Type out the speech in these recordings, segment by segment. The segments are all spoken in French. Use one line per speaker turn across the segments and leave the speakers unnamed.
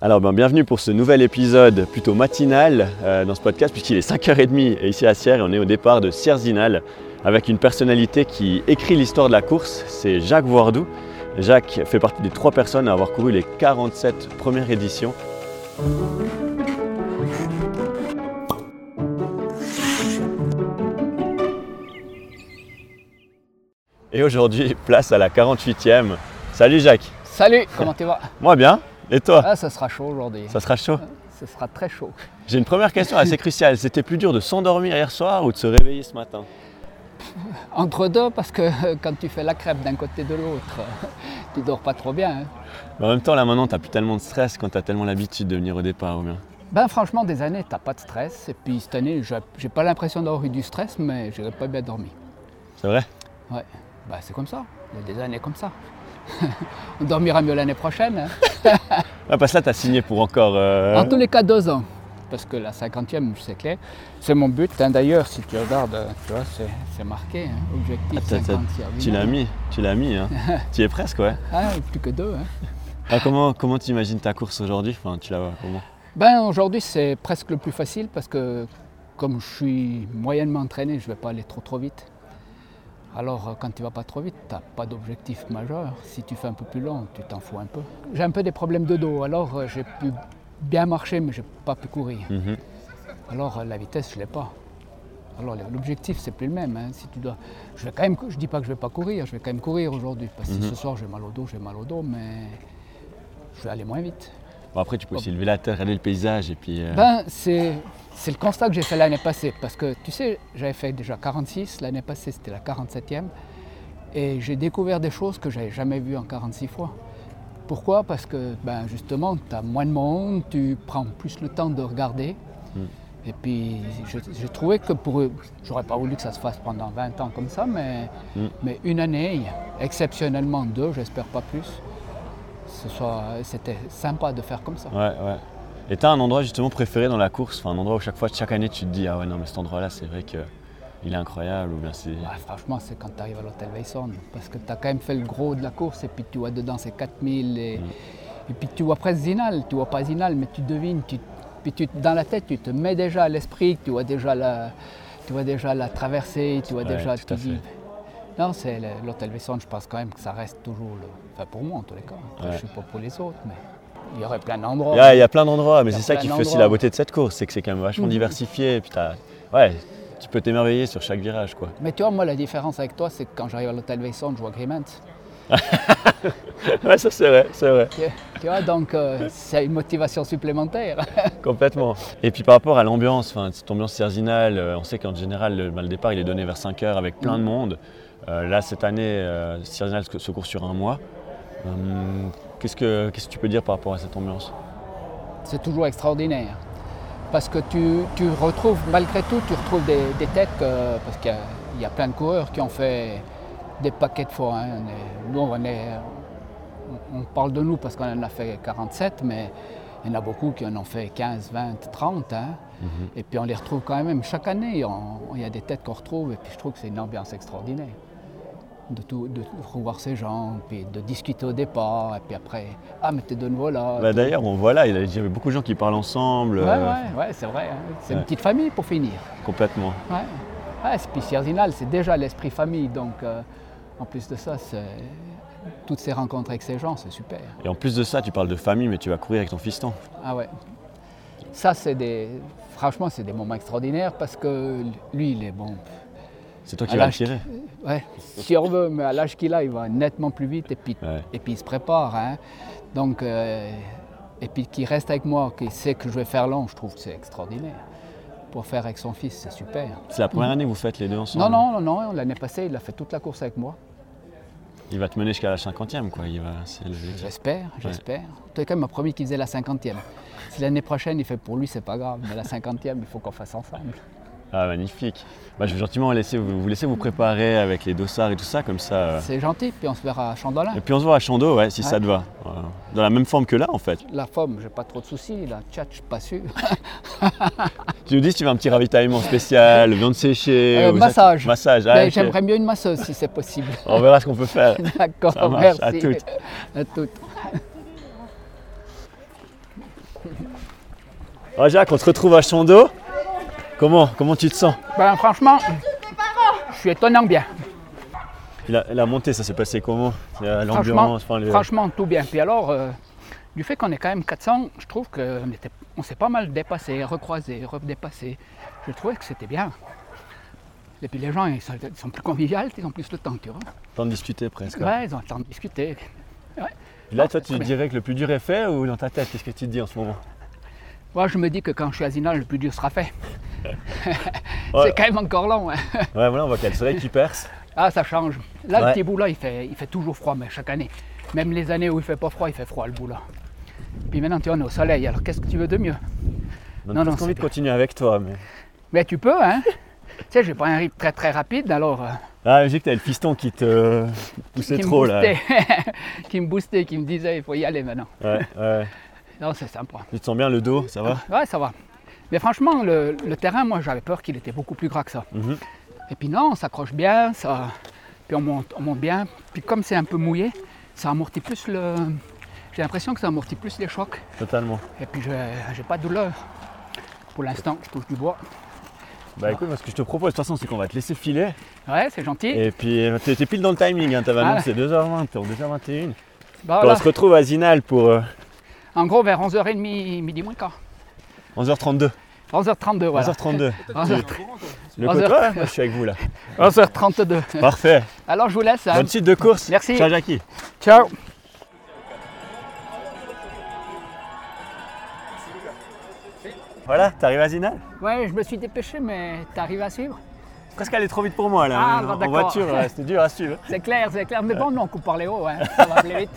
Alors ben, bienvenue pour ce nouvel épisode plutôt matinal euh, dans ce podcast puisqu'il est 5h30 et ici à Sierre on est au départ de Sierzinal avec une personnalité qui écrit l'histoire de la course, c'est Jacques Voardou. Jacques fait partie des trois personnes à avoir couru les 47 premières éditions. Et aujourd'hui, place à la 48e. Salut Jacques,
Salut, comment tu vas
moi bien, et toi
Ah, ça sera chaud aujourd'hui.
Ça sera chaud
Ça sera très chaud.
J'ai une première question assez cruciale. C'était plus dur de s'endormir hier soir ou de se réveiller ce matin
Entre deux, parce que euh, quand tu fais la crêpe d'un côté de l'autre, tu dors pas trop bien. hein.
Mais en même temps, là maintenant, t'as plus tellement de stress quand t'as tellement l'habitude de venir au départ, ou bien
Ben franchement, des années, t'as pas de stress. Et puis cette année, j'ai j'ai pas l'impression d'avoir eu du stress, mais j'ai pas bien dormi.
C'est vrai
Ouais, ben, c'est comme ça. Il y a des années comme ça. On dormira mieux l'année prochaine. hein.
Ah, parce que là, t'as signé pour encore. euh,
En tous les cas, deux ans. Parce que la 50e, c'est clair. C'est mon but. hein. D'ailleurs, si tu regardes, euh, tu vois, c'est c'est marqué. hein. Objectif
Attends, attends,
50e.
Ah, Tu l'as mis, tu l'as mis, hein. tu y es presque, ouais.
Ah, plus que deux. hein.
Ah, comment comment t'imagines ta course aujourd'hui Enfin, tu la vois comment
Ben aujourd'hui c'est presque le plus facile parce que comme je suis moyennement entraîné, je ne vais pas aller trop trop vite. Alors euh, quand tu vas pas trop vite, tu n'as pas d'objectif majeur. Si tu fais un peu plus long, tu t'en fous un peu. J'ai un peu des problèmes de dos, alors euh, j'ai pu bien marcher mais j'ai pas pu courir.
Mhm.
Alors euh, la vitesse, je l'ai pas. Alors le- l'objectif c'est plus le même. hein. Si tu dois, je vais quand même, cou- je dis pas que je vais pas courir, je vais quand même courir aujourd'hui parce que
Mhm.
ce soir j'ai mal au dos, j'ai mal au dos, mais je vais aller moins vite.
Bon, après, tu peux aussi lever la tête, regarder le paysage, et puis. euh,
Ben, c'est c'est le constat que j'ai fait l'année passée. Parce que, tu sais, j'avais fait déjà 46, l'année passée c'était la 47e. Et j'ai découvert des choses que j'avais jamais vues en 46 fois. Pourquoi Parce que, ben, justement, tu as moins de monde, tu prends plus le temps de regarder. Et puis, je- j'ai trouvé que pour eux, j'aurais pas voulu que ça se fasse pendant 20 ans comme ça, mais,
Mm.
mais une année, exceptionnellement deux, j'espère pas plus, ce soit- c'était sympa de faire comme ça.
Ouais, ouais. Et t'as un endroit justement préféré dans la course Enfin, un endroit où chaque fois, chaque année, tu te dis, ah ouais, non, mais cet endroit-là, c'est vrai que il est incroyable, ou bien c'est.
Bah, franchement, c'est quand tu arrives à l'hôtel Weisson, parce que tu as quand même fait le gros de la course, et puis tu vois dedans ces 4000, et,
Mm.
et puis tu vois presque Zinal, tu vois pas Zinal, mais tu devines, tu, puis tu, dans la tête, tu te mets déjà à l'esprit, tu vois déjà la, tu vois déjà la traversée, tu vois
Ouais,
déjà,
tout
tu
à fait.
dis- Non, c'est le- l'hôtel Weisson, je pense quand même que ça reste toujours, le, enfin pour moi en tous les cas, Après,
Ouais.
je ne sais pas pour les autres, mais il y aurait plein
Il
d'endroits.
y, a, il y a plein d'endroits, mais
Oh. Il y a
c'est ça
plein
qui fait aussi
d'endroits.
la beauté de cette course, c'est que c'est quand même vachement diversifié. Et puis t'as- ouais, tu peux t'émerveiller sur chaque virage, quoi.
Mais tu vois, moi, la différence avec toi, c'est que quand j'arrive à l'hôtel Weisson, je vois Grimant.
ouais, ça c'est vrai, c'est vrai,
Tu tu vois, donc euh, c'est une motivation supplémentaire.
complètement. Et puis par rapport à l'ambiance, enfin, cette ambiance serginale, euh, on sait qu'en général, le, ben, le départ il est donné vers 5 heures avec plein de monde. Euh, là, cette année, euh, Serginal se se court sur un mois. Hum, qu'est-ce, que, qu'est-ce que tu peux dire par rapport à cette ambiance
c'est toujours extraordinaire. Parce que tu, tu retrouves, malgré tout, tu retrouves des, des têtes, que- parce qu'il y a- il y, a plein de coureurs qui ont fait des paquets de fois. hein. On est- nous, on, est, on on parle de nous parce qu'on en a fait 47, mais il y en a beaucoup qui en ont fait 15, 20, 30. hein. Et puis on les retrouve quand même chaque année. on- Il y a des têtes qu'on retrouve, et puis je trouve que c'est une ambiance extraordinaire de, tout, de revoir ces gens, puis de discuter au départ, et puis après, ah mais t'es de nouveau là.
Bah, D'ailleurs, on voit là, il y avait beaucoup de gens qui parlent ensemble,
Ouais,
euh,
ouais, ouais, c'est vrai. hein. C'est
ouais.
une petite famille pour finir.
complètement.
Ouais. Ouais, c'est- puis Sierzinal, c'est déjà l'esprit famille. Donc, euh, en plus de ça, c'est- toutes ces rencontres avec ces gens, c'est super.
Et en plus de ça, tu parles de famille, mais tu vas courir avec ton fiston.
Ah ouais. Ça, c'est des. Franchement, c'est des moments extraordinaires parce que lui, il est bon.
C'est toi
À
qui vas le
l'âge
tirer.
Ouais, si on veut, mais à l'âge qu'il a, il va nettement plus vite et puis,
Ouais.
et puis il se prépare. hein. Donc, euh, et puis qu'il reste avec moi, qu'il sait que je vais faire long, je trouve que c'est extraordinaire. Pour faire avec son fils, c'est super.
C'est la première année que vous faites les deux ensemble.
Non, non, non, non, l'année passée, il a fait toute la course avec moi.
Il va te mener jusqu'à la 50e, quoi. Il va, c'est le-
J'espère, j'espère. En tout cas, il m'a promis qu'il faisait la 50e. Si l'année prochaine, il fait pour lui, c'est pas grave, mais la 50e, il faut qu'on fasse ensemble.
Ah, magnifique. Bah, je vais gentiment laisser, vous, vous laisser vous préparer avec les dossards et tout ça, comme ça. euh.
C'est gentil, puis on se verra à Chandolin.
Et puis on se voit à Chando, ouais, si
Ouais.
ça te va. Euh, Dans la même forme que là, en fait.
La forme, j'ai pas trop de soucis, la tchat, je suis pas sûr.
Tu nous dis si tu veux un petit ravitaillement spécial, viande séchée.
Euh,
ou ça-
massage.
Massage, ah,
Mais
ok.
J'aimerais mieux une masseuse si c'est possible.
On verra ce qu'on peut faire.
D'accord,
Ça marche, à
merci.
toutes.
À toutes.
Ah, Jacques, on se retrouve à Chando. Comment, comment tu te sens
Ben, franchement, je suis étonnant bien.
Et la, la montée, ça s'est passé comment Euh,
Franchement,
L'ambiance, enfin, le-
franchement, tout bien. Puis alors, euh, du fait qu'on est quand même 400, je trouve qu'on était- on s'est pas mal dépassé, recroisé, redépassé. Je trouvais que c'était bien. Et puis les gens, ils sont, ils sont plus conviviaux, ils ont plus le temps, tu vois.
temps de discuter presque.
Ouais, ils ont le temps de discuter.
Et Là, toi, tu
Très bien.
dirais que le plus dur est fait ou dans ta tête, qu'est-ce que tu te dis en ce moment
Moi, je me dis que quand je suis à Zinal, le plus dur sera fait.
Ouais.
C'est quand même encore long. hein.
Ouais, voilà, on voit qu'il y a le soleil qui perce.
Ah, ça change. Là,
Ouais.
le petit bout là, il fait, il fait toujours froid, mais chaque année. Même les années où il fait pas froid, il fait froid le bout là. Puis maintenant, tu vois, on est au soleil, alors qu'est-ce que tu veux de mieux
Donc,
Non,
j'ai
non,
presque envie
c'est
de
bien.
continuer avec toi. Mais...
Mais tu peux, hein Tu sais, j'ai pas un rythme très très rapide, alors. euh,
Ah, j'ai vu que t'avais le fiston qui te euh, poussait
qui me
trop là. Ouais,
boostait. qui me boostait, qui me disait, il faut y aller maintenant.
ouais.
Non, c'est sympa.
Tu te sens bien le dos, ça va
Ouais, ça va. Mais franchement, le, le terrain, moi, j'avais peur qu'il était beaucoup plus gras que ça.
Mhm.
Et puis non, on s'accroche bien, ça... puis on monte, on monte bien. Puis comme c'est un peu mouillé, ça amortit plus le... J'ai l'impression que ça amortit plus les chocs.
Totalement.
Et puis je- j'ai pas de douleur. Pour l'instant, je touche du bois.
Bah écoute, moi, ce que je te propose de toute façon, c'est qu'on va te laisser filer.
Ouais, c'est gentil.
Et puis, euh, t'es t'es pile dans le timing, hein, t'avais
Ah.
annoncé 2h20, t'es en 2h21.
Bah, voilà.
On se retrouve à Zinal pour euh,
En gros, vers 11h30, midi moins quart.
11h32.
11h32, voilà.
11h32.
11h32.
Le
11h.
côté, ouais, moi, je suis avec vous là.
11h32.
Parfait.
Alors je vous laisse. hein.
Bonne suite de course.
Merci.
Bah, Ciao, Jackie.
Ciao.
Voilà, t'arrives à Zinal
Ouais, je me suis dépêché, mais t'arrives à suivre
Presque aller trop vite pour moi là.
Ah,
en-
bah,
en
d'accord.
voiture, ouais, c'était dur à suivre.
C'est clair, c'est clair. Mais bon, nous, on coupe par les hauts, hein. ça va aller vite.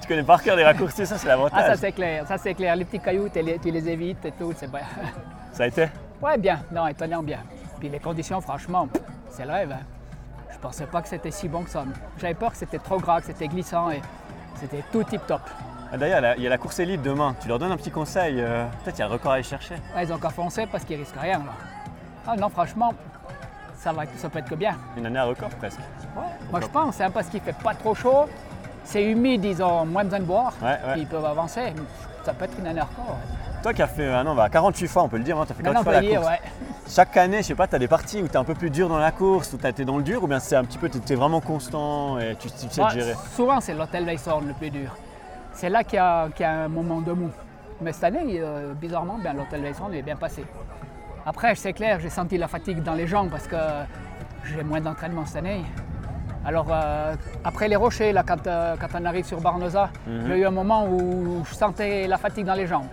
Tu connais par cœur les raccourcis, ça c'est l'avantage.
Ah, ça c'est clair, ça c'est clair. Les petits cailloux, tu les, tu les évites et tout, c'est bien.
Ça a été
Ouais, bien, non, étonnant bien. Puis les conditions, franchement, c'est le rêve. hein. Je pensais pas que c'était si bon que ça. J'avais peur que c'était trop gras, que c'était glissant et c'était tout tip top.
Ah, D'ailleurs, la- il y a la course élite demain. Tu leur donnes un petit conseil. euh, Peut-être il y a un record à aller chercher.
Ouais, ils ont qu'à foncer parce qu'ils risquent rien là. Ah non, franchement, ça, va, être- ça peut être que bien.
Une année à record presque.
Moi je pense, hein, parce qu'il fait pas trop chaud, c'est humide, ils ont moins besoin de boire,
Ouais, ouais.
puis ils peuvent avancer. Ça peut être une année record. ouais.
Toi qui as fait un an, bah, 48 fois, on peut le dire, hein, t'as fait
Maintenant,
48
on
fois
peut
la
dire,
course.
ouais.
Chaque année, je sais pas, t'as des parties où t'es un peu plus dur dans la course, où t'as été dans le dur, ou bien c'est un petit peu, t'es t'es vraiment constant et tu, tu sais te
Ouais,
gérer.
Souvent, c'est l'hôtel Weisshorn le plus dur. C'est là qu'il y, a- qu'il y a un moment de mou. Mais cette année, euh, bizarrement, bien, l'hôtel Weisshorn est bien passé. Après, c'est clair, j'ai senti la fatigue dans les jambes parce que j'ai moins d'entraînement cette année. Alors, euh, après les rochers, là, quand, euh, quand on arrive sur Barnosa, il y a eu un moment où je sentais la fatigue dans les jambes.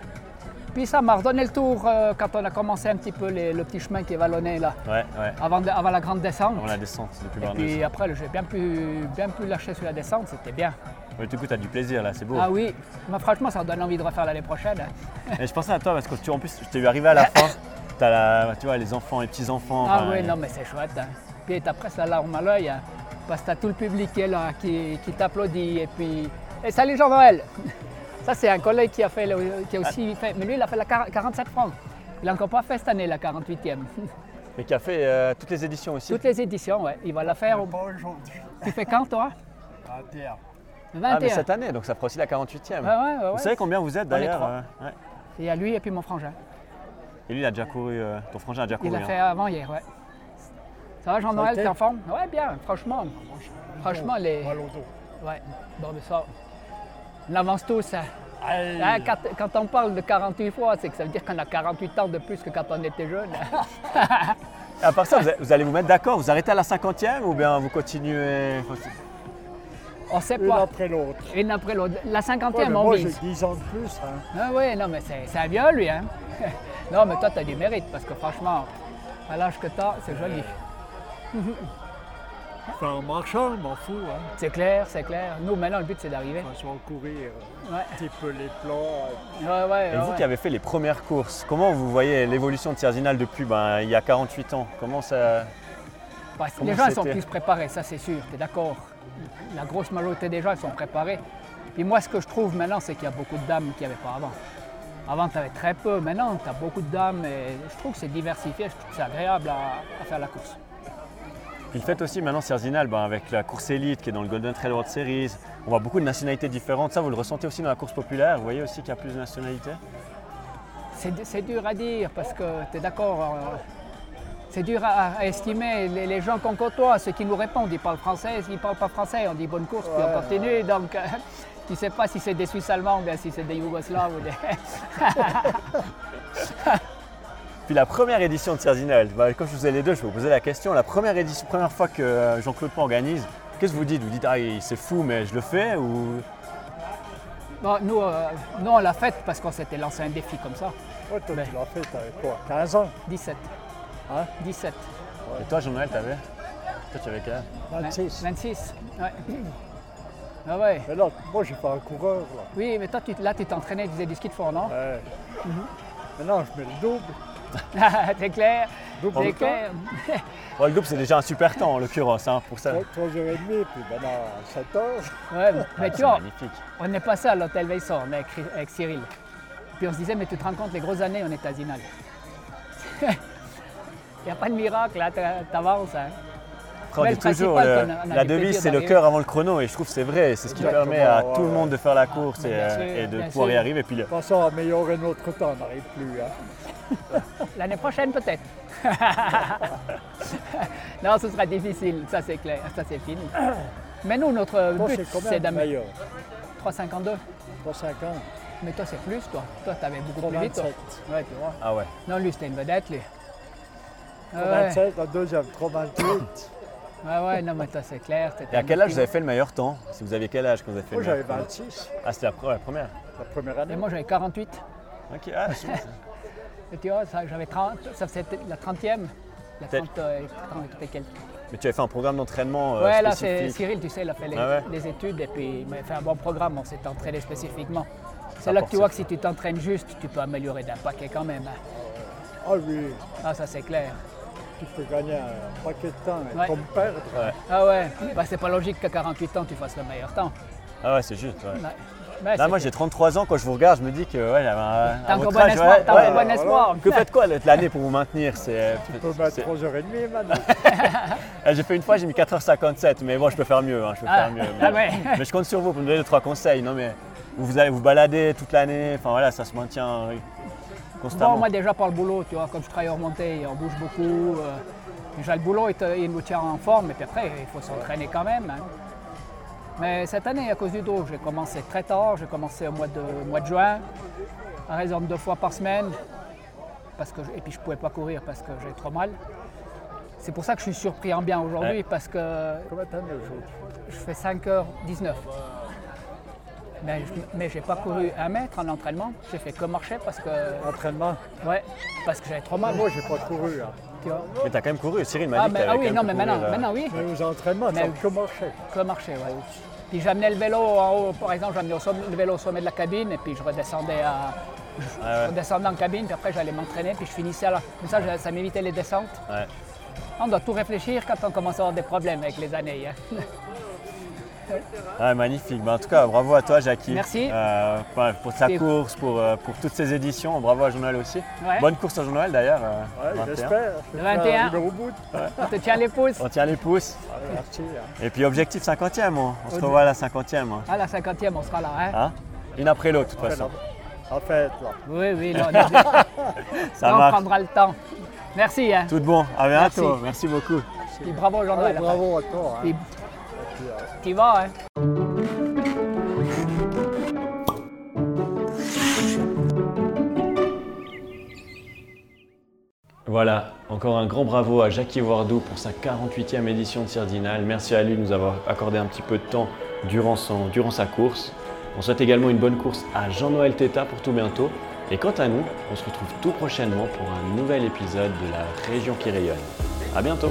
Puis ça m'a redonné le tour euh, quand on a commencé un petit peu les- le petit chemin qui est vallonné là,
Ouais, ouais.
avant, de- avant la grande descente.
Avant la descente, c'est plus
Et puis après, j'ai bien pu, bien pu lâcher sur la descente, c'était bien.
Ouais, du coup, t'as du plaisir là, c'est beau.
euh, Ah oui, mais franchement, ça donne envie de refaire l'année prochaine. hein.
Et je pensais à toi parce que tu, en plus, je t'ai vu arriver à la fin. T'as la, tu vois, les enfants, les petits enfants.
Ah oui, non, mais c'est chouette. hein. Puis après, ça larme à l'œil, hein, parce que t'as tout le public qui est là, qui, qui t'applaudit, et puis... Et salut Jean-Noël Ça, c'est un collègue qui a fait, le- qui a aussi fait... Mais lui, il a fait la 40 47 francs. Il n'a encore pas fait cette année, la 48e.
Mais qui a fait euh, toutes les éditions aussi.
Toutes les éditions, ouais. Il va la faire. au-
Pas aujourd'hui,
Tu fais quand, toi
à terre.
Ah,
21.
mais cette année, donc ça fera aussi la 48e.
Ah Ouais, ouais, ouais,
Vous
ouais.
savez combien vous êtes
On est
d'ailleurs
trois.
euh, ouais.
Il y a lui et puis mon frangin.
Et lui, il a déjà couru, euh, ton frangin a déjà
Il
couru.
l'a
hein.
fait avant hier, ouais. Ça va Jean-Noël, t'es en forme Ouais, bien, franchement. Franchement, les...
Mal au dos.
Ouais, bon, mais ça, on avance tous. hein.
Aïe.
Hein, quand, quand on parle de 48 fois, c'est que ça veut dire qu'on a 48 ans de plus que quand on était jeune. hein.
Et À part ça, vous, a- vous allez vous mettre d'accord, vous arrêtez à la 50e ou bien vous continuez
Ah On sait
Une
pas.
après l'autre.
Une après l'autre. La
Ouais, mais
cinquantième, on
moi, j'ai
vise.
10 ans de plus. hein.
Ah oui, non, mais c'est c'est un vieux, lui. Hein? non, mais toi, t'as du mérite, parce que franchement, à l'âge que t'as, c'est joli.
Enfin, en marchant, je m'en fous. Hein.
C'est clair, c'est clair. Nous, maintenant, le but, c'est d'arriver.
Enfin, je vais en courir euh,
Ouais,
un petit peu les plans. euh,
ouais, ouais.
Et vous
ouais.
qui avez fait les premières courses, comment vous voyez l'évolution de Cerzinal depuis ben, il y a 48 ans Comment ça.
Parce que
Comment
les gens ils sont
c'était
plus préparés, ça c'est sûr, tu es d'accord. La grosse majorité des gens ils sont préparés. Puis moi, ce que je trouve maintenant, c'est qu'il y a beaucoup de dames qu'il n'y avait pas avant. Avant, tu avais très peu. Maintenant, tu as beaucoup de dames. Et je trouve que c'est diversifié. Je trouve que c'est agréable à, à faire la course.
Puis le fait aussi maintenant Cerzinal ben, avec la course élite qui est dans le Golden Trail World Series, on voit beaucoup de nationalités différentes. Ça, vous le ressentez aussi dans la course populaire Vous voyez aussi qu'il y a plus de nationalités
C'est c'est dur à dire parce que tu es d'accord. euh, c'est dur à, à estimer les, les gens qu'on côtoie, ceux qui nous répondent, ils parlent français, ils parlent pas français, on dit bonne course, puis
Ouais,
on continue. Donc euh, tu sais pas si c'est des Suisses allemands, ou bien si c'est des Yougoslaves ou des.
Puis la première édition de Cerzinal, bah, comme je vous ai les deux, je vais vous poser la question. La première édition, première fois que euh, Jean-Claude Pan organise, qu'est-ce que vous dites Vous dites, ah, il- c'est fou, mais je le fais Ou
Bon, nous, euh, nous, on l'a faite parce qu'on s'était lancé un défi comme ça.
Ouais, toi,
Mais-
tu l'as fait, t'avais quoi 15 ans
17.
Hein
17.
Et toi, Jean-Noël, t'avais Toi, tu avais quel âge
26.
26. Ouais. Ah ouais.
Mais là, moi, j'ai pas un coureur, là.
Oui, mais toi, tu, là, tu t'entraînais, tu faisais du ski de fond, non
Ouais.
Mhm.
Maintenant, je mets le double.
C'est clair.
Double
C'est
le temps.
clair.
Bon, Le double, c'est déjà un super temps en l'occurrence, hein, pour ça.
3h30, puis maintenant, 7 heures.
Ouais, mais tu
C'est
vois,
magnifique.
on est passé à l'hôtel Veillson avec, Chry- avec Cyril. Puis on se disait, mais tu te rends compte, les grosses années, on est à Zinal. Il n'y a pas de miracle, là, t'a- t'avances. hein.
Après, on
Mais
dit
le principal
toujours, le-
qu'on a- on a
la
du plaisir
devise, c'est le
d'arriver.
cœur avant le chrono, et je trouve que c'est vrai, c'est ce qui
Exactement,
permet à
ouais,
tout le
ouais.
monde de faire la course et,
Ah, bien
euh,
sûr,
et de
bien
pouvoir y
sûr.
arriver. Puis le-
De toute façon, améliorer notre temps, on n'arrive plus. Hein.
L'année prochaine, peut-être. non, ce sera difficile, ça c'est clair, ça c'est fini. Mais nous, notre
Toi,
but,
c'est combien
c'est
le
d'amener
meilleur
3,52.
3,50
Mais toi, c'est plus, toi. Toi, t'avais beaucoup plus vite, toi.
3,27.
Ouais, tu vois.
Ah ouais.
Non, lui, c'était une vedette, lui. Ah ouais.
3,27, la deuxième, 3,28.
ouais, ouais, non, mais toi, c'est clair. c'était
Et à
un
quel âge
petit-
vous avez fait le meilleur temps Si vous aviez quel âge quand vous avez fait
Moi,
le
j'avais
meilleur temps
26,
Ah, c'était la pre- la première
la première année.
Et moi, j'avais 48.
Ok, ah, c'est bon, ça.
Et tu vois, ça, j'avais 30, ça c'était la 30e. La
Peut-être.
30 euh, 30 et quelques.
Mais tu avais fait un programme d'entraînement euh,
ouais, là, c'est
spécifique.
Cyril, tu sais, il a fait les,
Ah ouais.
les études et puis il m'a fait un bon programme, on s'est entraîné spécifiquement. C'est
Ça
là que
porte,
tu vois
ça.
que si tu t'entraînes juste, tu peux améliorer d'un paquet quand même. hein.
Ah oui,
Ah, ça c'est clair.
tu peux gagner un paquet de temps et
Ouais.
comme perdre.
Ah ouais, bah, c'est pas logique qu'à 48 ans, tu fasses le meilleur temps.
Ah ouais, c'est juste. ouais.
Ouais. Mais
Là,
c'est-
moi, j'ai 33 ans. Quand je vous regarde, je me dis que ouais, j'avais un.
T'as
à
encore
votre
bon
âge,
espoir,
ouais,
t'as
ouais,
encore bon
ouais.
espoir.
Que faites quoi l'autre- l'année pour vous maintenir C'est.
Tu peux mettre
c'est-
3h30 maintenant.
Eh, J'ai fait une fois, j'ai mis 4h57, mais bon, je peux faire mieux. hein, je peux
Ah,
faire mieux.
ah
Mais,
ouais.
mais je compte sur vous pour me donner 2-3 conseils. Non, mais vous, vous allez vous balader toute l'année. Enfin voilà, ça se maintient oui, constamment.
Bon, moi déjà par le boulot, tu vois, comme je travaille en remontée, on bouge beaucoup. euh, déjà le boulot, il, te- il nous tient en forme, et puis après, il faut s'entraîner quand même. hein. Mais cette année, à cause du dos, j'ai commencé très tard, j'ai commencé au mois de, au mois de juin, à raison de deux fois par semaine, parce que, je- et puis je ne pouvais pas courir parce que j'ai trop mal. C'est pour ça que je suis surpris en bien aujourd'hui,
Ouais.
parce que
Combien t'as mis aujourd'hui
je fais 5h19. Mais je n'ai pas couru un mètre en entraînement, j'ai fait que marcher parce que,
Entraînement
ouais, parce que j'avais trop
Ah,
mal.
Moi, j'ai pas couru. Hein.
Tu vois.
Mais t'as quand même couru. Cyril m'a
Ah,
dit
mais-
que t'avais
ah
quand
oui,
même
non, mais
couru,
maintenant,
euh,
maintenant oui,
Mais aux entraînements,
Mais-
ça que marcher.
que marcher. Ouais. Puis j'amenais le vélo en haut, par exemple, j'amenais au sommet- le vélo au sommet de la cabine et puis je redescendais à. je-
Ah, ouais.
Je redescendais en cabine, puis après j'allais m'entraîner, puis je finissais là. Comme ça, je- ça m'évitait les descentes.
Ouais.
On doit tout réfléchir quand on commence à avoir des problèmes avec les années. hein.
Ah, magnifique. Ben, en tout cas, bravo à toi, Jackie.
Merci.
Euh, pour- pour ta
Et-
course, pour, euh, pour toutes ces éditions. Bravo à Jean-Noël aussi.
Ouais.
Bonne course à Jean-Noël d'ailleurs. euh,
Ouais,
21.
j'espère. Je vais
21.
arriver au bout.
On te tient les pouces
On tient les pouces.
Ah, Merci. hein.
Et puis objectif 50e, on, on se revoit à la 50e. hein.
À Ah, la 50e, on sera là. hein.
Hein Une après l'autre, de toute
Après,
façon.
la- la fête, là.
Oui, oui, là, on, est-
Ça
on
marche.
prendra le temps. Merci. Hein.
Tout bon. À
Merci.
bientôt. Merci beaucoup.
Puis bravo
Ah,
Jean-Noël.
bravo à toi. hein.
Puis
Puis, euh,
tu vas. hein.
Voilà, encore un grand bravo à Jackie Wardou pour sa 48e édition de Cerdinal. Merci à lui de nous avoir accordé un petit peu de temps durant, son- durant sa course. On souhaite également une bonne course à Jean-Noël Teta pour tout bientôt. Et quant à nous, on se retrouve tout prochainement pour un nouvel épisode de la Région qui rayonne. À bientôt